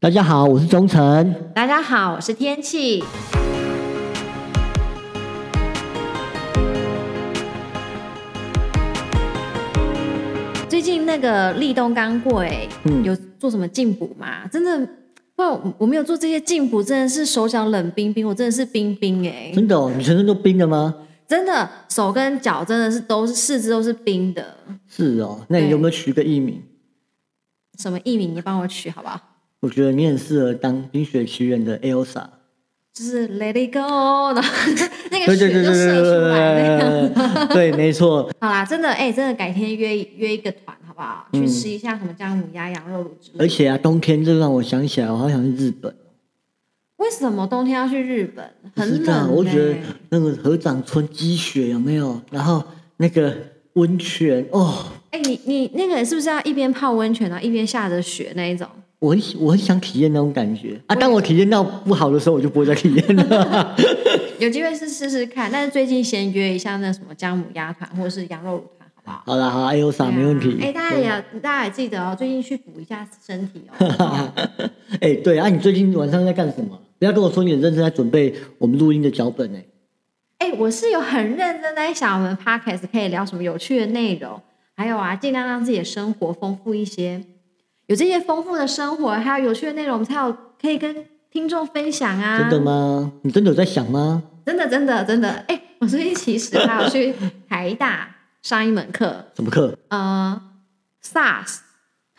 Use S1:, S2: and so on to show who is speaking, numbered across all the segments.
S1: 大家好，我是钟诚。
S2: 大家好，我是天气。最近那个立冬刚过、哎、
S1: 嗯
S2: 有做什么进补吗？真的，不然我我没有做这些进补，真的是手脚冷冰冰，我真的是冰冰哎、
S1: 真的、哦，你全身都冰的吗？
S2: 真的手跟脚真的是都是四肢都是冰的。
S1: 是哦，那你有没有取个艺名？
S2: 什么艺名你帮我取好不好？
S1: 我觉得你很适合当《冰雪奇缘》的 Elsa。
S2: 就是 Let It Go，然后那个
S1: 对对
S2: 血
S1: 对对
S2: 就
S1: 对
S2: 射出来那个。
S1: 对对，对，没错。
S2: 好啦，真的，哎、真的改天约约一个团，好不好？
S1: 嗯
S2: 去吃一下什么姜母鸭、羊肉卤之类
S1: 而
S2: 的。
S1: 且啊，冬天这让我想起来，我好想去日本。
S2: 为什么冬天要去日本？很
S1: 不知道
S2: 冷、欸，
S1: 我觉得那个合掌村积雪有没有？然后那个温泉哦，
S2: 哎、你你那个是不是要一边泡温泉，然后一边下着雪那一种？
S1: 我很喜我很想体验那种感觉啊。当我体验到不好的时候，我就不会再体验了。
S2: 有机会是试试看，但是最近先约一下那什么姜母鸭团或者是羊肉卤团，好不好？
S1: 好啦好啦，Elsa 没问题
S2: 哎、。大家也要大家也记得哦，最近去补一下身体 哦。
S1: 哎、对啊，你最近晚上在干什么？不要跟我说你很认真在准备我们录音的脚本哎、
S2: 哎、我是有很认真在想，我们 podcast 可以聊什么有趣的内容，还有啊，尽量让自己的生活丰富一些。有这些丰富的生活，还有有趣的内容，我们才有可以跟听众分享啊！
S1: 真的吗？你真的有在想吗？
S2: 真的，真的，真的，哎、我最近其实还有去台大上一门课，
S1: 什么课？
S2: 呃，SARS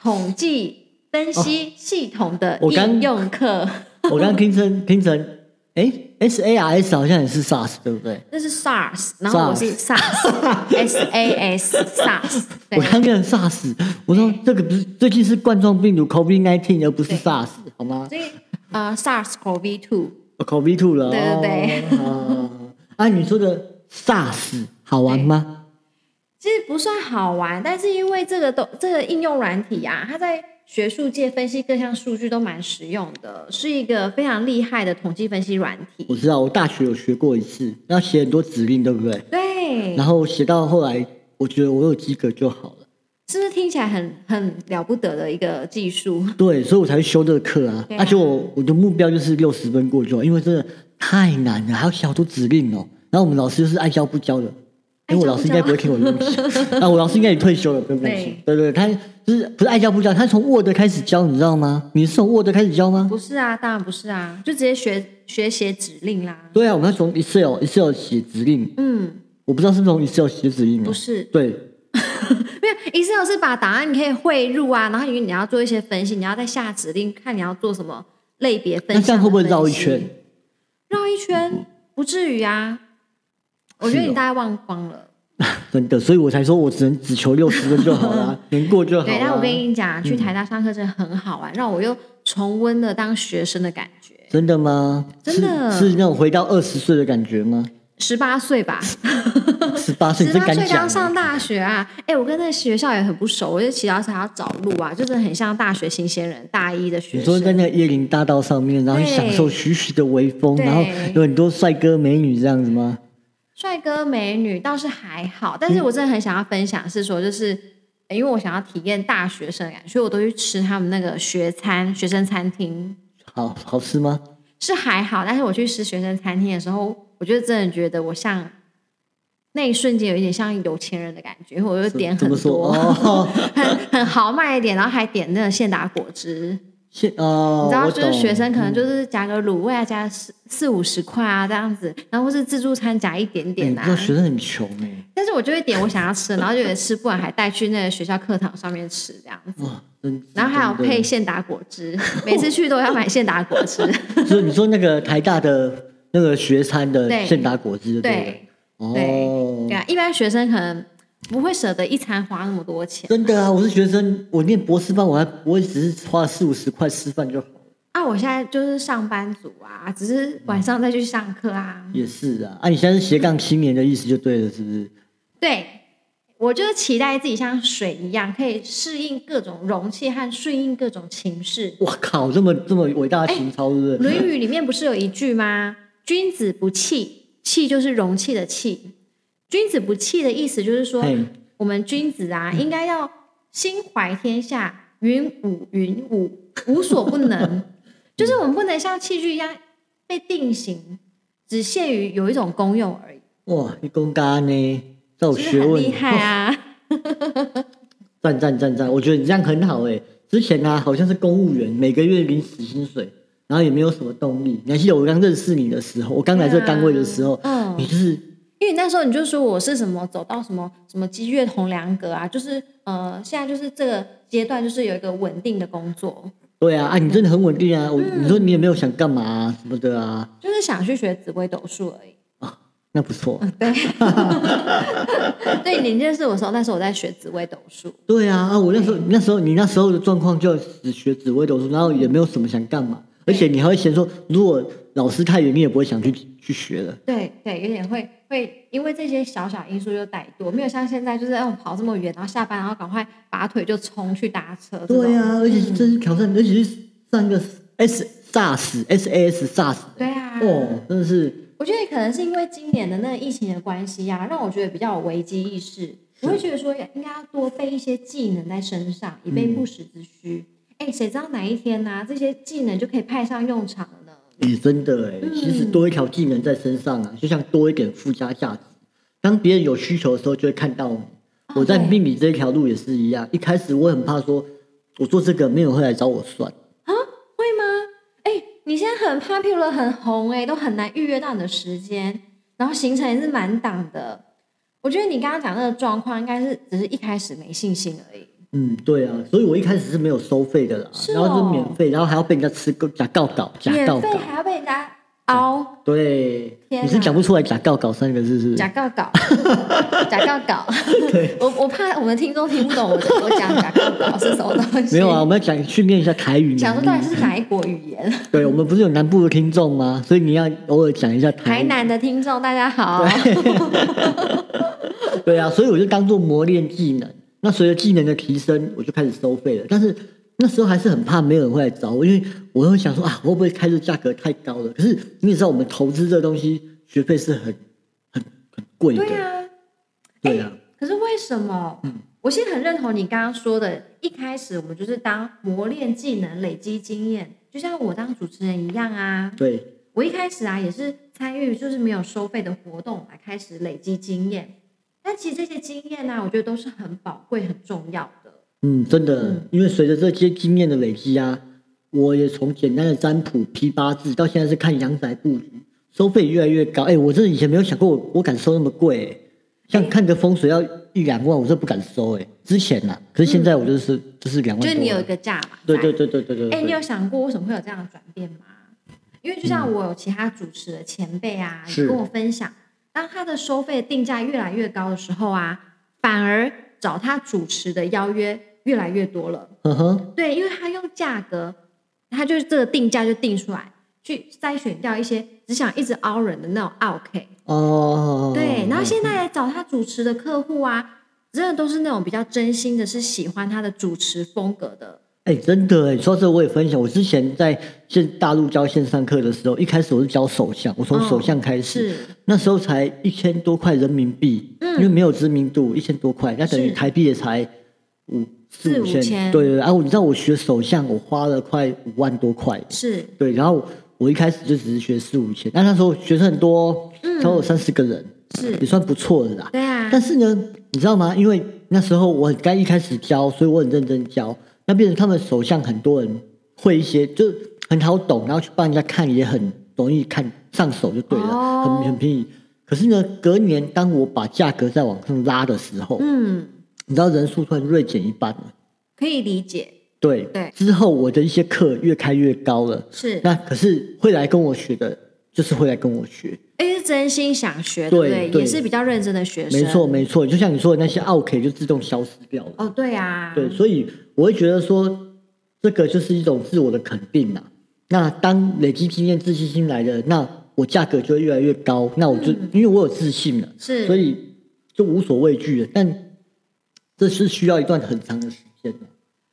S2: 统计分析系统的
S1: 哦我刚
S2: 应用课，
S1: 我刚刚听 成听成，哎、s A R S 好像也是 SARS 对不对？
S2: 那是 SARS，然后我是 SARS，S A S SARS，对
S1: 我，刚变成 SARS，我说这个不是最近是冠状病毒 COVID nineteen 而不是
S2: 对
S1: SARS 好吗哦
S2: 所以呃，SARS-CoV-2。
S1: ？COVID two 了，
S2: 对对
S1: 对。哦啊，你说的 SARS 好玩吗？
S2: 其实不算好玩，但是因为这个都这个应用软体啊，它在学术界分析各项数据都蛮实用的，是一个非常厉害的统计分析软体。
S1: 我知道，我大学有学过一次，要写很多指令，对不对？
S2: 对，
S1: 然后写到后来，我觉得我有及格就好了。
S2: 是不是听起来很很了不得的一个技术？
S1: 对，所以我才去修这个课啊。
S2: 对啊
S1: 而且我我的目标就是六十分过就好，因为真的太难了，还要写好多指令哦。然后我们老师就是爱教不教的，因为我老师应该不会听我的东西， 啊，我老师应该也退休了，对不对
S2: 对？
S1: 对对，他就是不是爱教不教，他从 Word 开始教，你知道吗？你是从 Word 开始教吗？
S2: 不是啊，当然不是啊，就直接学学写指令啦。
S1: 对啊，我们要从 Excel Excel 写指令，
S2: 嗯，
S1: 我不知道是不是从 Excel 写指令啊
S2: 不。是，
S1: 对，
S2: 没有 Excel 是把档案你可以汇入啊，然后你你要做一些分析，你要再下指令看你要做什么类别分
S1: 那
S2: 析。
S1: 这样会不会绕一圈？？
S2: 绕一圈不至于啊，我觉得你大概忘光了。
S1: 真的，所以我才说我只能只求六十分就好 啦，能过就好
S2: 对，但
S1: 啦
S2: 我。跟你讲，去台大上课真的很好玩，让我又重温了当学生的感觉。
S1: 真的吗？
S2: 真的
S1: 是是那种回到二十岁的感觉 吗？
S2: 十八岁吧，
S1: 十八 岁，你
S2: 十
S1: 真
S2: 八
S1: 敢
S2: 岁
S1: 讲欸
S2: 刚？上大学啊！哎，我跟那个学校也很不熟，我就骑脚车还要找路啊，就是很像大学新鲜人，大一的学
S1: 你说在
S2: 生。
S1: 那个椰林大道上面，然后去
S2: 对
S1: 享受徐徐的微风，
S2: 对
S1: 然后有很多帅哥美女这样子吗？
S2: 帅哥美女倒是还好，但是我真的很想要分享，是说就是呃因为我想要体验大学生的感觉，所以我都去吃他们那个学餐、学生餐厅。
S1: 好好吃吗？
S2: 是还好，但是我去吃学生餐厅的时候，我就真的觉得我像那一瞬间有一点像有钱人的感觉，因为我就点
S1: 怎
S2: 很
S1: 么说？
S2: 多，
S1: 哦，
S2: 很 很豪迈一点，然后还点那个现打果汁，
S1: 现哦，
S2: 你知道，
S1: 我
S2: 就是
S1: 懂嗯
S2: 学生可能就是加个卤味啊，加四四五十块啊这样子，然后或是自助餐加一点
S1: 哎你
S2: 点啊
S1: 知道，学生很穷哎，
S2: 但是我就会点我想要吃的，然后就也吃不完，还带去那个学校课堂上面吃这样子。
S1: 哇，真
S2: 然后还有
S1: 真的
S2: 配现打果汁，每次去都要买现打果汁。
S1: 所以你说那个台大的那个学餐的
S2: 对
S1: 现打果汁就 对了
S2: 对，
S1: 哦
S2: 对，对啊，一般学生可能不会舍得一餐花那么多钱
S1: 真的啊，我是学生，我念博士班，我还我也只是花四五十块吃饭就好。
S2: 啊。我现在就是上班族啊，只是晚上再去上课啊。
S1: 也是啊，啊，你现在是斜杠青年的意思就对了，是不是？
S2: 对，我就是期待自己像水一样，可以适应各种容器和顺应各种情势。
S1: 哇靠，这么这么伟大的情操，是不是？
S2: 《论语》里面不是有一句吗？君子不器，器就是容器的器。君子不器的意思就是说，
S1: 嘿，
S2: 我们君子啊，应该要心怀天下，云武云武，无所不 能，就是我们不能像器具一样被定型，只限于有一种功用而已，
S1: 哇，你公家呢，这有哦
S2: 就
S1: 学
S2: 是很
S1: 问，哦
S2: 厉害啊。
S1: 赞赞赞赞！我觉得你这样很好哎、之前啊，好像是公务员，每个月领死薪水，然后也没有什么动力。你还记得我刚认识你的时候，我刚来这个单位的时候，
S2: 嗯
S1: 你就是
S2: 因为你那时候你就说我是什么走到什么什么积月同梁阁啊，就是呃，现在就是这个阶段就是有一个稳定的工作，
S1: 对啊，啊，你真的很稳定啊。我、
S2: 嗯
S1: 你说你也没有想干嘛、啊、什么的啊，
S2: 就是想去学紫微斗数而已。
S1: 那不错。
S2: 对，你认识我的时候，那时候我在学紫微斗数，
S1: 对啊，啊，我那时候那时候你那时候的状况就只学紫微斗数，然后也没有什么想干嘛，而且你还会嫌说，如果老师太远，你也不会想去去学了。
S2: 对对，有点会会因为这些小小因素就怠惰，没有像现在就是让我跑这么远，然后下班然后赶快拔腿就冲去搭车。这
S1: 对
S2: 种
S1: 啊，而且这是挑战，而且是上个 S SARS SAS SARS
S2: 对啊，
S1: 哦，真的是。
S2: 我觉得可能是因为今年的那个疫情的关系呀、让我觉得比较有危机意识。我会觉得说，应该要多备一些技能在身上，以备
S1: 嗯
S2: 不时之需。哎、谁知道哪一天呢、这些技能就可以派上用场了呢？
S1: 也真的哎、其实多一条技能在身上啊，就像多一点附加价值。当别人有需求的时候，就会看到你。我在
S2: 对
S1: 命理这一条路也是一样，一开始我很怕说，我做这个没有人会来找我算。
S2: 会吗？哎、你现在很 popular 很红哎、都很难预约到你的时间，然后行程也是满档的。我觉得你刚刚讲那个状况，应该是只是一开始没信心而已。
S1: 嗯，对啊，所以我一开始是没有收费的啦，
S2: 是哦
S1: 然后就免费，然后还要被人家吃个假告稿，假告
S2: 免
S1: 稿
S2: 费，还要被人家凹，
S1: 对，
S2: 天
S1: 你是
S2: 哪
S1: 讲不出来假告稿三个字是不是？
S2: 假告稿， 假告稿。我我怕我们听众听不懂我 我讲假告稿是什么东西。
S1: 没有啊，我，们要讲训练一下台语
S2: 想
S1: 能
S2: 说到
S1: 力
S2: 底。是哪一国语言？
S1: 对，我们不是有南部的听众吗？所以你要偶尔讲一下台
S2: 台
S1: 语。
S2: 南的听众大家好，
S1: 对啊，所以我就当做磨练技能。那随着技能的提升，我就开始收费了。但是那时候还是很怕没有人会来找我，因为我会想说啊，我会不会开的价格太高了？可是你也知道，我们投资这东西学费是很很很贵的。
S2: 对啊。
S1: 对啊，
S2: 哎
S1: 嗯
S2: 可是为什么？我现在很认同你刚刚说的，一开始我们就是当磨练技能、累积经验，就像我当主持人一样啊。
S1: 对
S2: 我一开始啊也是参与就是没有收费的活动来开始累积经验，但其实这些经验呢、啊我觉得都是很宝贵、很重要的。
S1: 嗯，真的，因为随着这些经验的累积啊，我也从简单的占卜、批八字，到现在是看阳宅布局，收费越来越高。哎、我真的以前没有想过我我敢收那么贵、像看个风水要一两万，我这不敢收哎、之前呐、可是现在我就是、就是两万多
S2: 就是
S1: 了，
S2: 你有一个价嘛。
S1: 对
S2: 在
S1: 对。对对对对
S2: 哎、
S1: 对，
S2: 你有想过为什么会有这样的转变吗？因为就像我有其他主持的前辈啊，
S1: 嗯是
S2: 也跟我分享，当他的收费定价越来越高的时候啊，反而找他主持的邀约越来越多了。
S1: 嗯哼，
S2: 对，因为他用价格，他就是这个定价就定出来，去筛选掉一些只想一直凹人的那种傲 K。
S1: 哦，
S2: 对，然后现在来找他主持的客户啊，真的都是那种比较真心的，是喜欢他的主持风格的。
S1: 哎、真的哎、说到这个我也分享，我之前在线大陆教线上课的时候，一开始我是教手相，我从
S2: 嗯
S1: 手相开始，
S2: 是，
S1: 那时候才一千多块人民币，因为没有知名度，一千多块，那等于
S2: 嗯是
S1: 台币也才五
S2: 四
S1: 四
S2: 五
S1: 五千。
S2: 千
S1: 对对对，啊，我你知道我学手相，我花了快五万多块。
S2: 是，
S1: 对，然后我一开始就只是学四五千，但那时候学生很多哦，差不多有三十个人，
S2: 嗯是
S1: 也算不错的啦。
S2: 对啊，
S1: 但是呢，你知道吗？因为那时候我很刚一开始教，所以我很认真教，那变成他们手相很多人会一些，就很好懂，然后去帮人家看也很容易看上手就对了，
S2: 哦
S1: 很很便宜。可是呢，隔年当我把价格再往上拉的时候，
S2: 嗯，
S1: 你知道人数突然锐减一半了。
S2: 可以理解，
S1: 对，
S2: 对
S1: 之后我的一些课越开越高了，
S2: 是，
S1: 那可是会来跟我学的，就是会来跟我学。
S2: 哎，是真心想学，
S1: 对
S2: 不对？
S1: 对
S2: 也是比较认真的学生，
S1: 没错，，没错，就像你说的那些 OK 就自动消失掉了。
S2: 哦，对啊，
S1: 对，所以我会觉得说，这个就是一种自我的肯定啦。那当累积经验、自信心来了，那我价格就会越来越高。那我就、因为我有自信了，
S2: 是，
S1: 所以就无所畏惧了。但这是需要一段很长的时间的。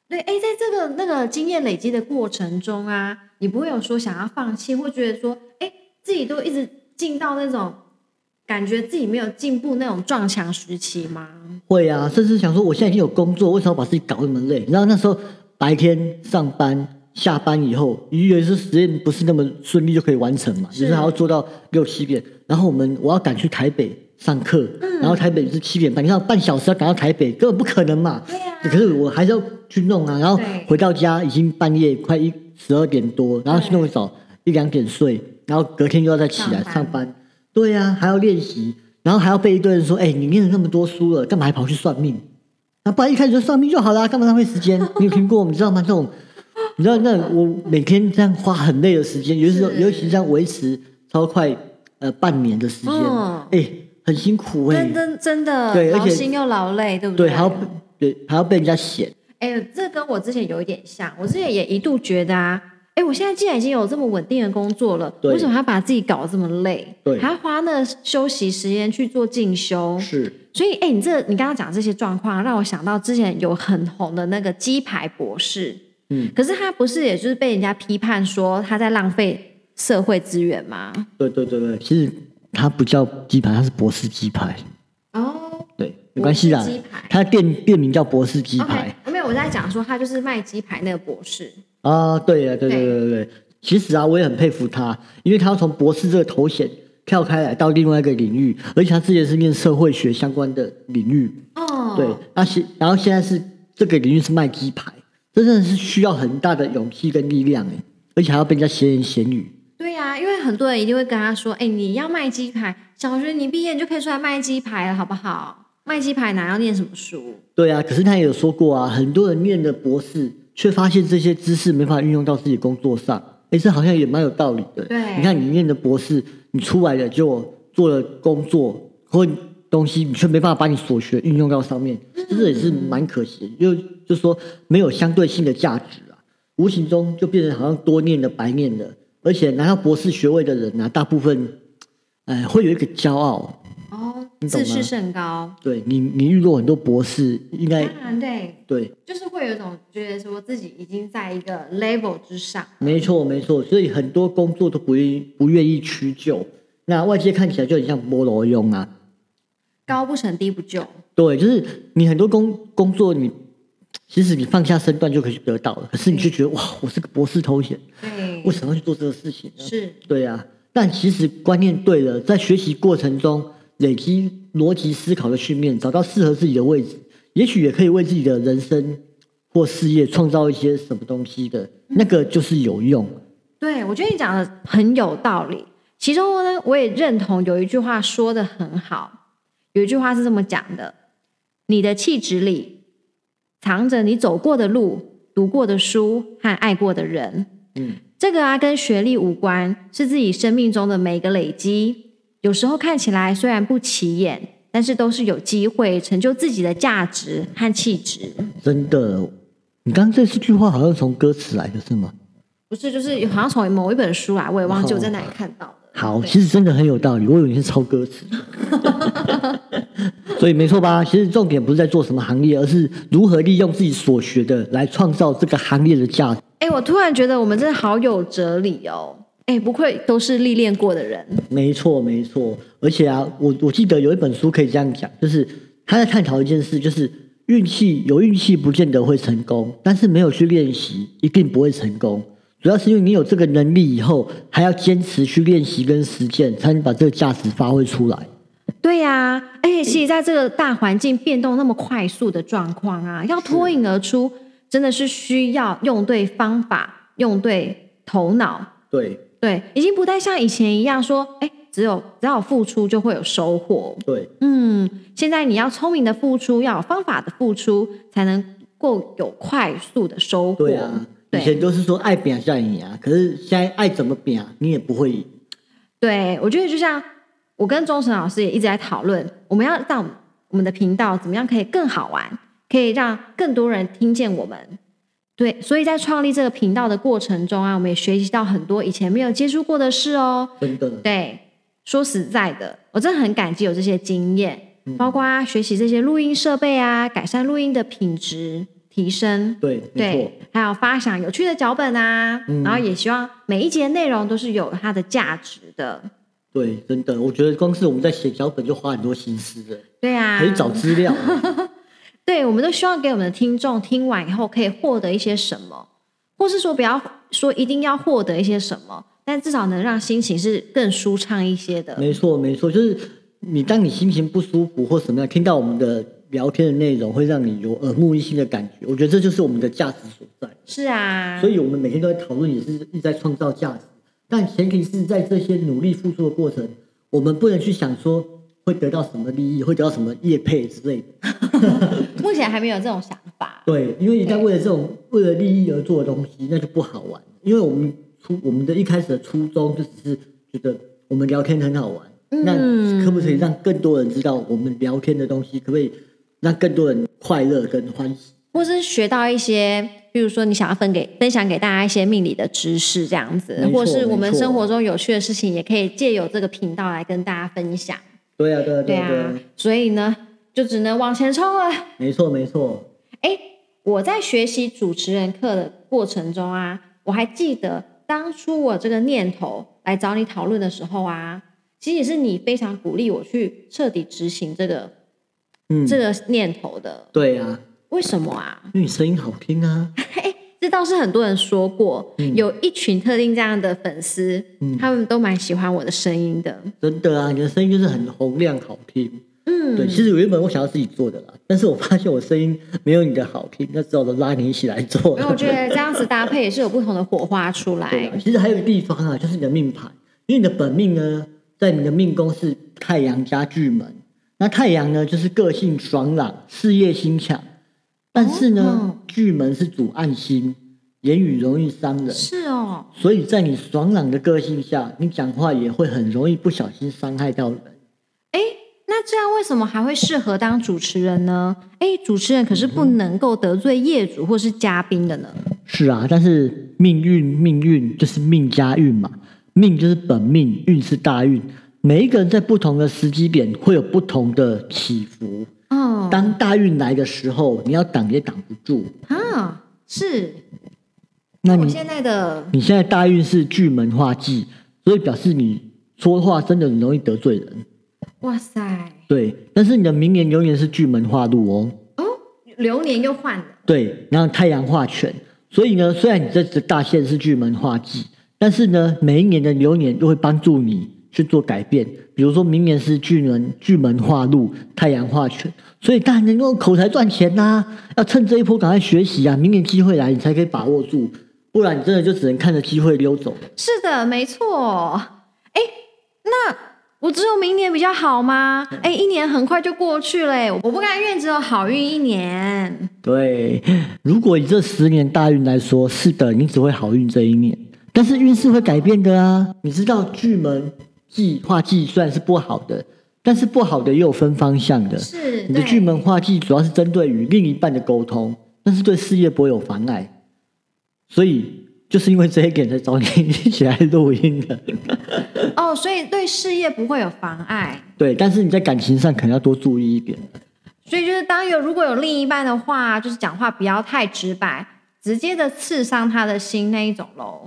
S2: 对，哎，在这个那个经验累积的过程中啊，你不会有说想要放弃，或觉得说，哎，自己都一直进到那种感觉自己没有进步那种撞墙时期吗？
S1: 会啊，甚至想说，我现在已经有工作，为什么要把自己搞那么累？你知道那时候白天上班，下班以后，因为是实验不是那么顺利就可以完成嘛，
S2: 是
S1: 就是还要做到六七点。然后我们我要赶去台北上课，
S2: 嗯
S1: 然后台北是七点半，你要半小时要赶到台北，根本不可能嘛。
S2: 对呀
S1: 可是我还是要去弄啊，然后
S2: 对
S1: 回到家已经半夜快一十二点多，然后去
S2: 对
S1: 弄一早一两点睡，然后隔天又要再起来
S2: 上班
S1: 上班。对呀、还要练习，然后还要被一堆人说：“哎、你念了那么多书了，干嘛还跑去算命？”那不然一开始就算命就好啦，干嘛浪费时 间？你有听过你知道吗？这种，你知道那种我每天这样花很累的时间，尤其是
S2: 是
S1: 尤其这样维持超快呃半年的时间，
S2: 嗯
S1: 哎、很辛苦哎、
S2: 真的真的，
S1: 对而
S2: 劳
S1: 且
S2: 心又劳累，对不
S1: 对，还要被对还要被人家嫌，
S2: 哎、这跟我之前有一点像，我之前也一度觉得啊，哎、我现在既然已经有这么稳定的工作了，
S1: 对
S2: 为什么还要把自己搞得这么累？
S1: 对
S2: 还要花那休息时间去做进修？
S1: 是
S2: 所以，哎、你这你刚刚讲这些状况，让我想到之前有很红的那个鸡排博士，
S1: 嗯，
S2: 可是他不是也就是被人家批判说他在浪费社会资源吗？
S1: 对对对对，其实它不叫鸡排，它是博士鸡排，
S2: 哦
S1: 对，没关系啦
S2: 博士鸡排，
S1: 它店店名叫博士鸡排。
S2: ，OK，没有，我在讲说他就是卖鸡排那个博士，
S1: 啊，对呀，对对对对对，其实啊，我也很佩服他，因为他要从博士这个头衔跳开来到另外一个领域，而且他之前是念社会学相关的领域，
S2: 哦，
S1: 对，那现然后现在是这个领域是卖鸡排，这真的是需要很大的勇气跟力量哎，而且还要被人家闲言闲语，
S2: 对呀、因为很多人一定会跟他说：“哎、你要卖鸡排，小学你毕业你就可以出来卖鸡排了，好不好？卖鸡排哪要念什么书？
S1: 对啊，可是他也有说过啊，很多人念了博士，却发现这些知识没法运用到自己工作上。哎，这好像也蛮有道理的。
S2: 对
S1: 你看你念的博士，你出来了就做了工作或东西，你却没办法把你所学运用到上面，这也是蛮可惜的。就就说没有相对性的价值啊，无形中就变成好像多念了白念了。而且拿到博士学位的人啊，大部分，哎，会有一个骄傲。
S2: 哦，
S1: 你懂
S2: 自
S1: 吗
S2: 视甚高，
S1: 对你，你遇过很多博士，应该
S2: 当然对，
S1: 对。
S2: 就是会有一种觉得说自己已经在一个 level 之上。
S1: 没错，没错，所以很多工作都不愿意不愿意屈就，那外界看起来就很像菠萝庸啊。
S2: 高不成低不就，
S1: 对，就是你很多工工作你，其实你放下身段就可以得到了，可是你就觉得哇，我是个博士头衔，
S2: 对
S1: 为，什么要去做这个事情呢？
S2: 是
S1: 对啊，但其实观念对了，在学习过程中累积逻辑思考的训练，找到适合自己的位置，也许也可以为自己的人生或事业创造一些什么东西的，那个就是有用。
S2: 对，我觉得你讲的很有道理。其中呢，我也认同有一句话说的很好，有一句话是这么讲的：你的气质里藏着你走过的路、读过的书和爱过的人。
S1: 嗯，
S2: 这个啊，跟学历无关，是自己生命中的每个累积。有时候看起来虽然不起眼，但是都是有机会成就自己的价值和气质。
S1: 真的，你刚刚这四句话好像从歌词来的是吗？
S2: 不是，就是好像从某一本书啊，我也忘记我在哪里看到的。
S1: 好，
S2: 对
S1: 其实真的很有道理，我以为你是抄歌词，所以没错吧？其实重点不是在做什么行业，而是如何利用自己所学的来创造这个行业的价值。
S2: 哎、我突然觉得我们真的好有哲理哦！哎、不愧都是历练过的人。
S1: 没错，没错。而且啊，我我记得有一本书可以这样讲，就是他在探讨一件事，就是运气有运气不见得会成功，但是没有去练习一定不会成功。主要是因为你有这个能力以后，还要坚持去练习跟实践，才能把这个价值发挥出来。
S2: 对呀、而且哎其实在这个大环境变动那么快速的状况啊，要脱颖而出，真的是需要用对方法，用对头脑。
S1: 对
S2: 对，已经不再像以前一样说，哎、只有只要有付出就会有收获。
S1: 对，
S2: 嗯，现在你要聪明的付出，要有方法的付出，才能够有快速的收获。
S1: 对啊。以
S2: 对
S1: 前都是说爱扁下你啊，可是现在爱怎么扁啊，你也不会赢。
S2: 对，我觉得就像我跟钟晨老师也一直在讨论，我们要让我们的频道怎么样可以更好玩，可以让更多人听见我们。对，所以在创立这个频道的过程中啊，我们也学习到很多以前没有接触过的事哦。
S1: 真的，
S2: 对，说实在的，我真的很感激有这些经验，
S1: 嗯
S2: 包括、啊、学习这些录音设备啊，改善录音的品质提升。
S1: 对，没错嗯
S2: 对，，还有发想有趣的脚本啊，然后也希望每一节内容都是有它的价值的。
S1: 对，真的，我觉得光是我们在写脚本就花很多心思了。
S2: 对啊，
S1: 可以找资料。
S2: 对，我们都希望给我们的听众听完以后可以获得一些什么。或是说不要说一定要获得一些什么，但至少能让心情是更舒畅一些的。
S1: 没错，没错，就是你当你心情不舒服或什么样，听到我们的聊天的内容，会让你有耳目一新的感觉。我觉得这就是我们的价值所在。
S2: 是啊，
S1: 所以我们每天都在讨论，也是一直在创造价值。但前提是在这些努力付出的过程，我们不能去想说会得到什么利益，会得到什么业配之类的。
S2: 目前还没有这种想法。
S1: 对，因为一旦为了这种为了利益而做的东西，那就不好玩。因为我们初我们的一开始的初衷就只是觉得我们聊天很好玩，
S2: 嗯
S1: 那可不可以让更多人知道我们聊天的东西？可不可以让更多人快乐跟欢喜？
S2: 或是学到一些，比如说你想要分给分享给大家一些命理的知识，这样子
S1: 没，错
S2: 或是我们
S1: 没错
S2: 生活中有趣的事情，也可以借由这个频道来跟大家分享。
S1: 对啊，对啊，
S2: 对
S1: 啊，对
S2: 啊，所以呢，就只能往前冲了。
S1: 没错，没错。
S2: 哎，我在学习主持人课的过程中啊，我还记得当初我这个念头来找你讨论的时候啊，其实也是你非常鼓励我去彻底执行这个、
S1: 嗯，
S2: 这个念头的。
S1: 对啊，
S2: 为什么啊？ 哎
S1: 因为你声音好听啊。
S2: 这倒是很多人说过，
S1: 嗯
S2: 有一群特定这样的粉丝，
S1: 嗯
S2: 他们都蛮喜欢我的声音的。
S1: 真的啊，你的声音就是很洪亮好听。
S2: 嗯，
S1: 对，其实原本我想要自己做的啦，但是我发现我声音没有你的好听，那只好拉你一起来做。
S2: 那我觉得这样子搭配也是有不同的火花出
S1: 对啊
S2: 来。
S1: 其实还有一个地方啊，就是你的命盘，因为你的本命呢，在你的命宫是太阳加巨门，那太阳呢就是个性爽朗，事业心强，但是呢
S2: 哦，
S1: 巨门是主暗心，言语容易伤人，
S2: 是哦，
S1: 所以在你爽朗的个性下，你讲话也会很容易不小心伤害到人。
S2: 哎，那这样为什么还会适合当主持人呢？哎，主持人可是不
S1: 嗯
S2: 能够得罪业主或是嘉宾的呢。
S1: 是啊，但是命运，命运就是命加运嘛，命就是本命，运是大运。每一个人在不同的时机点会有不同的起伏。
S2: 哦，
S1: 当大运来的时候，你要挡也挡不住。
S2: 啊，是。
S1: 那
S2: 我
S1: 你
S2: 现在的
S1: 你现在大运是巨门化忌，所以表示你说话真的很容易得罪人。
S2: 哇塞，
S1: 对，但是你的明年流年是巨门化禄哦。
S2: 哦，流年又换了，
S1: 对，然后太阳化权，所以呢，虽然你这次大限是巨门化忌，但是呢，每一年的流年都会帮助你去做改变。比如说明年是巨门巨门化禄，太阳化权，所以当然能够口才赚钱呐、要趁这一波赶快学习啊，明年机会来你才可以把握住，不然你真的就只能看着机会溜走。
S2: 是的，没错。哎，那我只有明年比较好吗？哎，一年很快就过去了，诶我不甘愿只有好运一年。
S1: 对，如果以这十年大运来说，是的，你只会好运这一年，但是运势会改变的啊。你知道巨门忌化忌虽然是不好的，但是不好的也有分方向的。
S2: 是
S1: 你的
S2: 对
S1: 巨门化忌主要是针对与另一半的沟通，但是对事业不会有妨碍，所以就是因为这一点才找你一起来录音的。
S2: 哦，所以对事业不会有妨碍。
S1: 对，但是你在感情上可能要多注意一点。
S2: 所以就是当有如果有另一半的话，就是讲话不要太直白，直接的刺伤他的心那一种喽。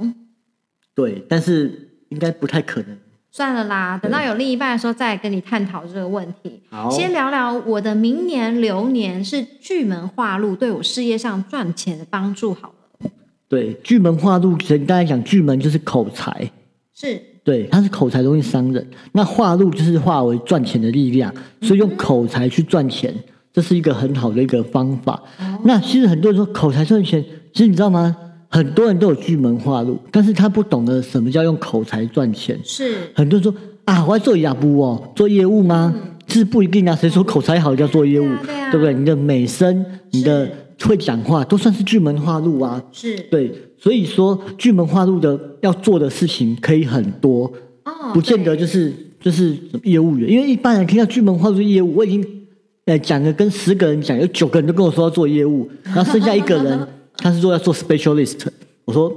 S1: 对，但是应该不太可能。
S2: 算了啦，等到有另一半的时候再跟你探讨这个问题。
S1: 好
S2: 先聊聊我的明年流年是巨门化禄，对我事业上赚钱的帮助好了。
S1: 对，巨门化禄，简单来讲，巨门就是口才，
S2: 是
S1: 对，它是口才容易伤人。那化禄就是化为赚钱的力量，所以用口才去赚钱，这是一个很好的一个方法。
S2: 哦
S1: 那其实很多人说口才赚钱，其实你知道吗？很多人都有巨门化禄，但是他不懂得什么叫用口才赚钱。
S2: 是，
S1: 很多人说啊，我要做雅布哦，做业务吗？是不一定啊，谁说口才好就要做业务，
S2: 嗯对啊对啊
S1: 不对？你的美声，你的会讲话，都算是巨门化禄啊。
S2: 是
S1: 对，所以说巨门化禄的要做的事情可以很多，
S2: 哦，
S1: 不见得
S2: 对
S1: 就是就是业务员，因为一般人听到巨门化禄业务，我已经呃讲了跟十个人讲，有九个人都跟我说要做业 务，然后剩下一个人他是说要做 specialist，我说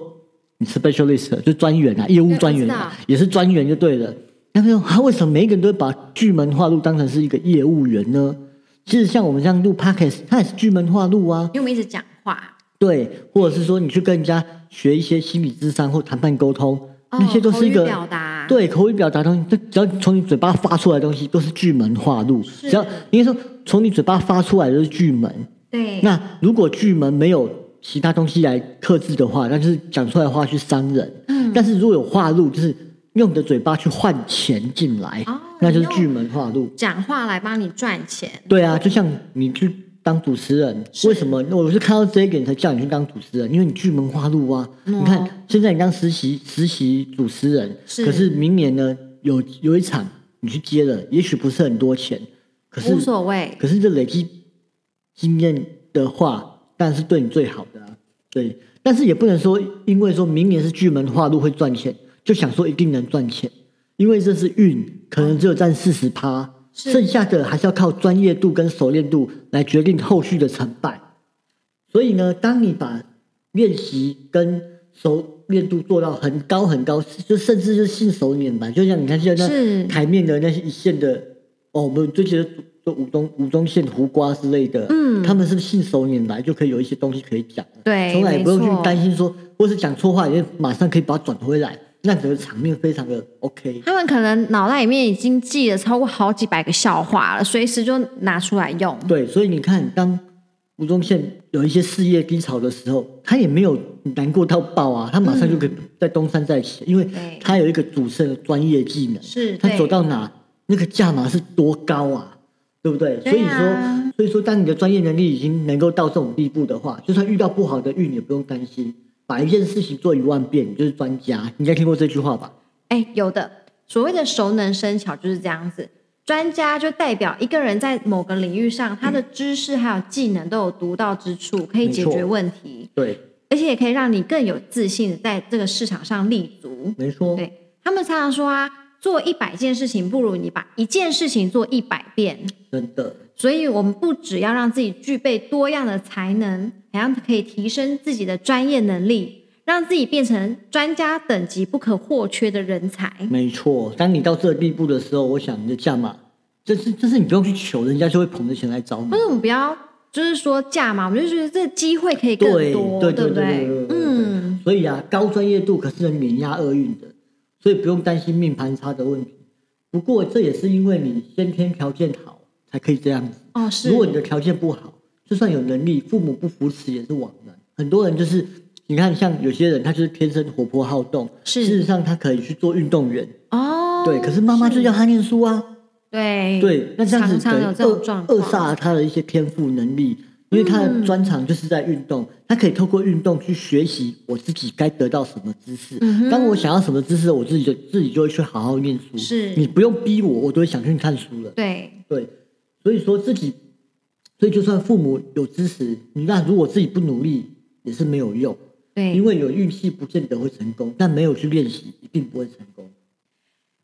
S1: 你 specialist 就专员啊，业务
S2: 对我
S1: 专员
S2: 知
S1: 啊
S2: 道，
S1: 也是专员就对了。那说他为什么每一个人都会把巨门化禄当成是一个业务员呢？其实像我们这样录 podcast，它也是巨门化禄啊。
S2: 因为我们一直讲话，
S1: 对，或者是说你去跟人家学一些心理智商或谈判沟通，
S2: 哦
S1: 那些都是一
S2: 口
S1: 个
S2: 语表达
S1: 对口语表达东西，这只要从你嘴巴发出来的东西都是巨门化禄，只要应该说从你嘴巴发出来的就是巨门。
S2: 对，
S1: 那如果巨门没有其他东西来克制的话，那就是讲出来的话去伤人。
S2: 嗯
S1: 但是如果有话术，就是用你的嘴巴去换钱进来，
S2: 哦
S1: 那就是
S2: 你用
S1: 巨门话术。
S2: 讲话来帮你赚钱，
S1: 对啊，就像你去当主持人，
S2: 是
S1: 为什么我是看到这一点才叫你去当主持人？因为你巨门花路啊！
S2: 嗯
S1: 你看现在你当实习实习主持人，
S2: 是
S1: 可是明年呢有有一场你去接了，也许不是很多钱，可
S2: 无
S1: 是
S2: 所谓。
S1: 可是这累积经验的话，当然是对你最好的啊。对，但是也不能说因为说明年是巨门花路会赚钱，就想说一定能赚钱，因为这是运，可能只有占四十趴。
S2: 是
S1: 剩下的还是要靠专业度跟熟练度来决定后续的成败。所以呢，当你把练习跟熟练度做到很高很高，就甚至是信手拈来，就像你看现在
S2: 是
S1: 那台面的那些一线的，哦，我们最觉得做武中武中线胡瓜之类的，
S2: 嗯
S1: 他们是不是信手拈来就可以有一些东西可以讲了，
S2: 对，
S1: 从来也不用
S2: 没
S1: 去
S2: 错
S1: 担心说，或是讲错话，也马上可以把它转回来，那整个场面非常的 OK。
S2: 他们可能脑袋里面已经记了超过好几百个笑话了，随时就拿出来用。
S1: 对，所以你看，当吴宗宪有一些事业低潮的时候，他也没有难过到爆啊，他马上就可以在东山再起，因为
S2: 嗯对
S1: 他有一个主持人的专业技能，
S2: 是
S1: 他
S2: 对
S1: 走到哪那个价码是多高啊，对不对？所
S2: 对
S1: 以
S2: 啊
S1: 说，所以说，当你的专业能力已经能够到这种地步的话，就算遇到不好的运也不用担心，把一件事情做一万遍，你就是专家。你应该听过这句话吧？
S2: 哎，有的所谓的熟能生巧就是这样子。专家就代表一个人在某个领域上，他的知识还有技能都有独到之处，可以
S1: 嗯没
S2: 解
S1: 错
S2: 决问题，
S1: 对，
S2: 而且也可以让你更有自信的在这个市场上立足。
S1: 没错，
S2: 对他们常常说啊，做一百件事情不如你把一件事情做一百遍。
S1: 真的。
S2: 所以，我们不只要让自己具备多样的才能，还要可以提升自己的专业能力，让自己变成专家等级不可或缺的人才。
S1: 没错，当你到这个地步的时候，我想你的价码，这是这是你不用去求，人家就会捧着钱来找你
S2: 或。者我们不要就是说价嘛，我们就觉得这机会可以更
S1: 对
S2: 多，
S1: 对对
S2: 不
S1: 对对
S2: 嗯，，
S1: 所以啊，高专业度可是能碾压厄运的，所以不用担心命盘差的问题。不过这也是因为你先天条件好才可以这样子，
S2: 哦是
S1: 如，果你的条件不好，就算有能力，父母不扶持也是枉然。很多人就是，你看像有些人他就是天生活泼好动，
S2: 是
S1: 事实上他可以去做运动员，
S2: 哦，
S1: 对，可是妈妈就要他念书啊。
S2: 对
S1: 对，那这样子
S2: 常常有这
S1: 等于
S2: 种
S1: 扼
S2: 状
S1: 扼
S2: 况，嗯
S1: 杀了他的一些天赋能力，因为他的专长就是在运动，他可以透过运动去学习我自己该得到什么知识。
S2: 嗯哼
S1: 当我想要什么知识，我自己就自己就会去好好念书。
S2: 是
S1: 你不用逼我，我都会想去看书了。
S2: 对
S1: 对，所以说自己，所以就算父母有支持，你那如果自己不努力也是没有用，
S2: 对，
S1: 因为有运气不见得会成功，但没有去练习一定不会成功。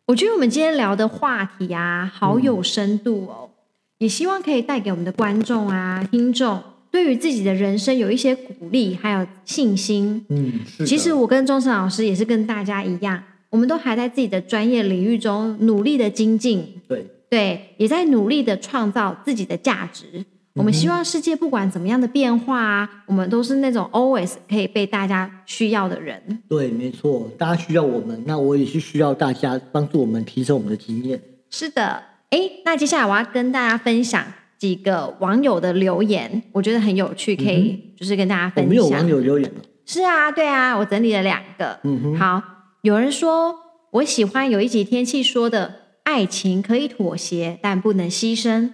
S2: 我觉得我们今天聊的话题啊，好有深度哦，也希望可以带给我们的观众啊、听众，对于自己的人生有一些鼓励，还有信心。
S1: 嗯，是的
S2: 其实我跟钟诚老师也是跟大家一样，我们都还在自己的专业领域中努力的精进，
S1: 对。
S2: 对，也在努力的创造自己的价值。我们希望世界不管怎么样的变化啊，我们都是那种 always 可以被大家需要的人。
S1: 对，没错，大家需要我们，那我也是需要大家帮助我们提升我们的经验。
S2: 是的，哎，那接下来我要跟大家分享几个网友的留言，我觉得很有趣，可
S1: 嗯
S2: 以就是跟大家
S1: 我
S2: 分
S1: 们哦有网
S2: 享。
S1: 友留言了，
S2: 是啊，对啊，我整理了两个。
S1: 嗯哼，
S2: 好，有人说我喜欢有一集天气说的“爱情可以妥协，但不能牺牲”，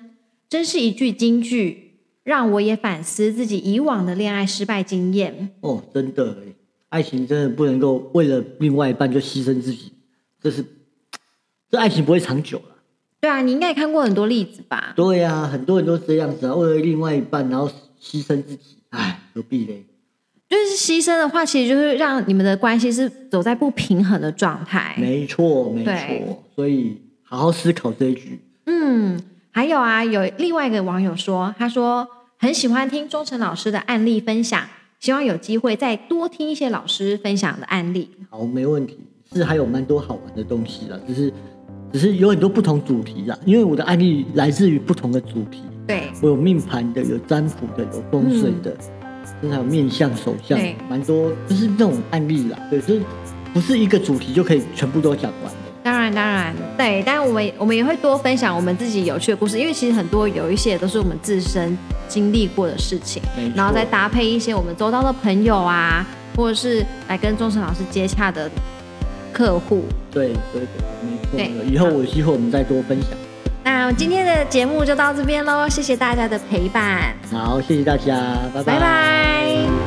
S2: 真是一句金句，让我也反思自己以往的恋爱失败经验。
S1: 哦，真的耶，爱情真的不能够为了另外一半就牺牲自己，这是这爱情不会长久了。
S2: 对啊，你应该也看过很多例子吧？
S1: 对呀、很多人都这样子啊，为了另外一半然后牺牲自己，唉，何必嘞？
S2: 就是牺牲的话，其实就是让你们的关系是走在不平衡的状态。
S1: 没错，没
S2: 哎对
S1: 错，所以好好思考这一句。
S2: 嗯，还有啊，有另外一个网友说，他说很喜欢听钟诚老师的案例分享，希望有机会再多听一些老师分享的案例。
S1: 好，没问题，是还有蛮多好玩的东西啦，只是只是有很多不同主题啦，因为我的案例来自于不同的主题，
S2: 对，
S1: 我有命盘的，有占卜的，有风水的，甚至还有面相、手相
S2: 对，
S1: 蛮多，就是那种案例啦，对，就是不是一个主题就可以全部都讲完的，
S2: 当然，当然，对，但我们我们也会多分享我们自己有趣的故事，因为其实很多有一些也都是我们自身经历过的事情
S1: 没，错
S2: 然后再搭配一些我们周遭的朋友啊，或者是来跟钟诚老师接洽的客户。
S1: 对对对，没错。
S2: 对
S1: 以后我以后我们再多分享。
S2: 那今天的节目就到这边喽，谢谢大家的陪伴，
S1: 好，谢谢大家，拜
S2: 拜拜